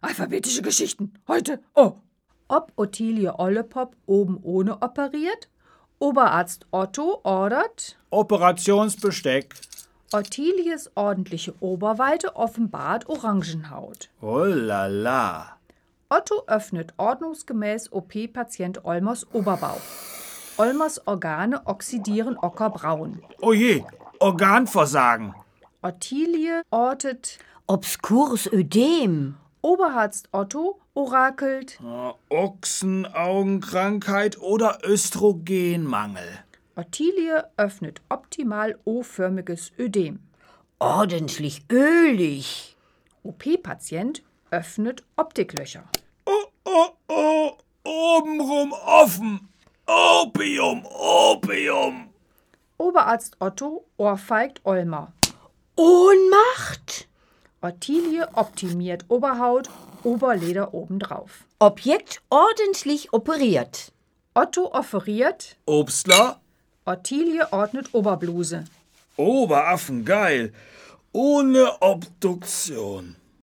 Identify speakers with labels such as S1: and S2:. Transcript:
S1: Alphabetische Geschichten. Heute. Oh.
S2: Ob Ottilie Ollepop oben ohne operiert? Oberarzt Otto ordert.
S3: Operationsbesteck.
S2: Ottilies ordentliche Oberweite offenbart Orangenhaut.
S3: Oh la la.
S2: Otto öffnet ordnungsgemäß OP-Patient Olmers Oberbauch. Olmers Organe oxidieren ockerbraun.
S3: Oh je, Organversagen.
S2: Ottilie ortet.
S4: Obskures Ödem.
S2: Oberarzt Otto orakelt.
S3: Äh, Ochsenaugenkrankheit oder Östrogenmangel.
S2: Ottilie öffnet optimal O-förmiges Ödem.
S4: Ordentlich ölig.
S2: OP-Patient öffnet Optiklöcher.
S3: Oh, oh, oh, obenrum offen. Opium, Opium.
S2: Oberarzt Otto ohrfeigt Olmer.
S4: Ohnmacht.
S2: Ottilie optimiert Oberhaut, Oberleder obendrauf.
S4: Objekt ordentlich operiert.
S2: Otto offeriert,
S3: Obstler?
S2: Ottilie ordnet Oberbluse.
S3: Oberaffen, geil. Ohne Obduktion.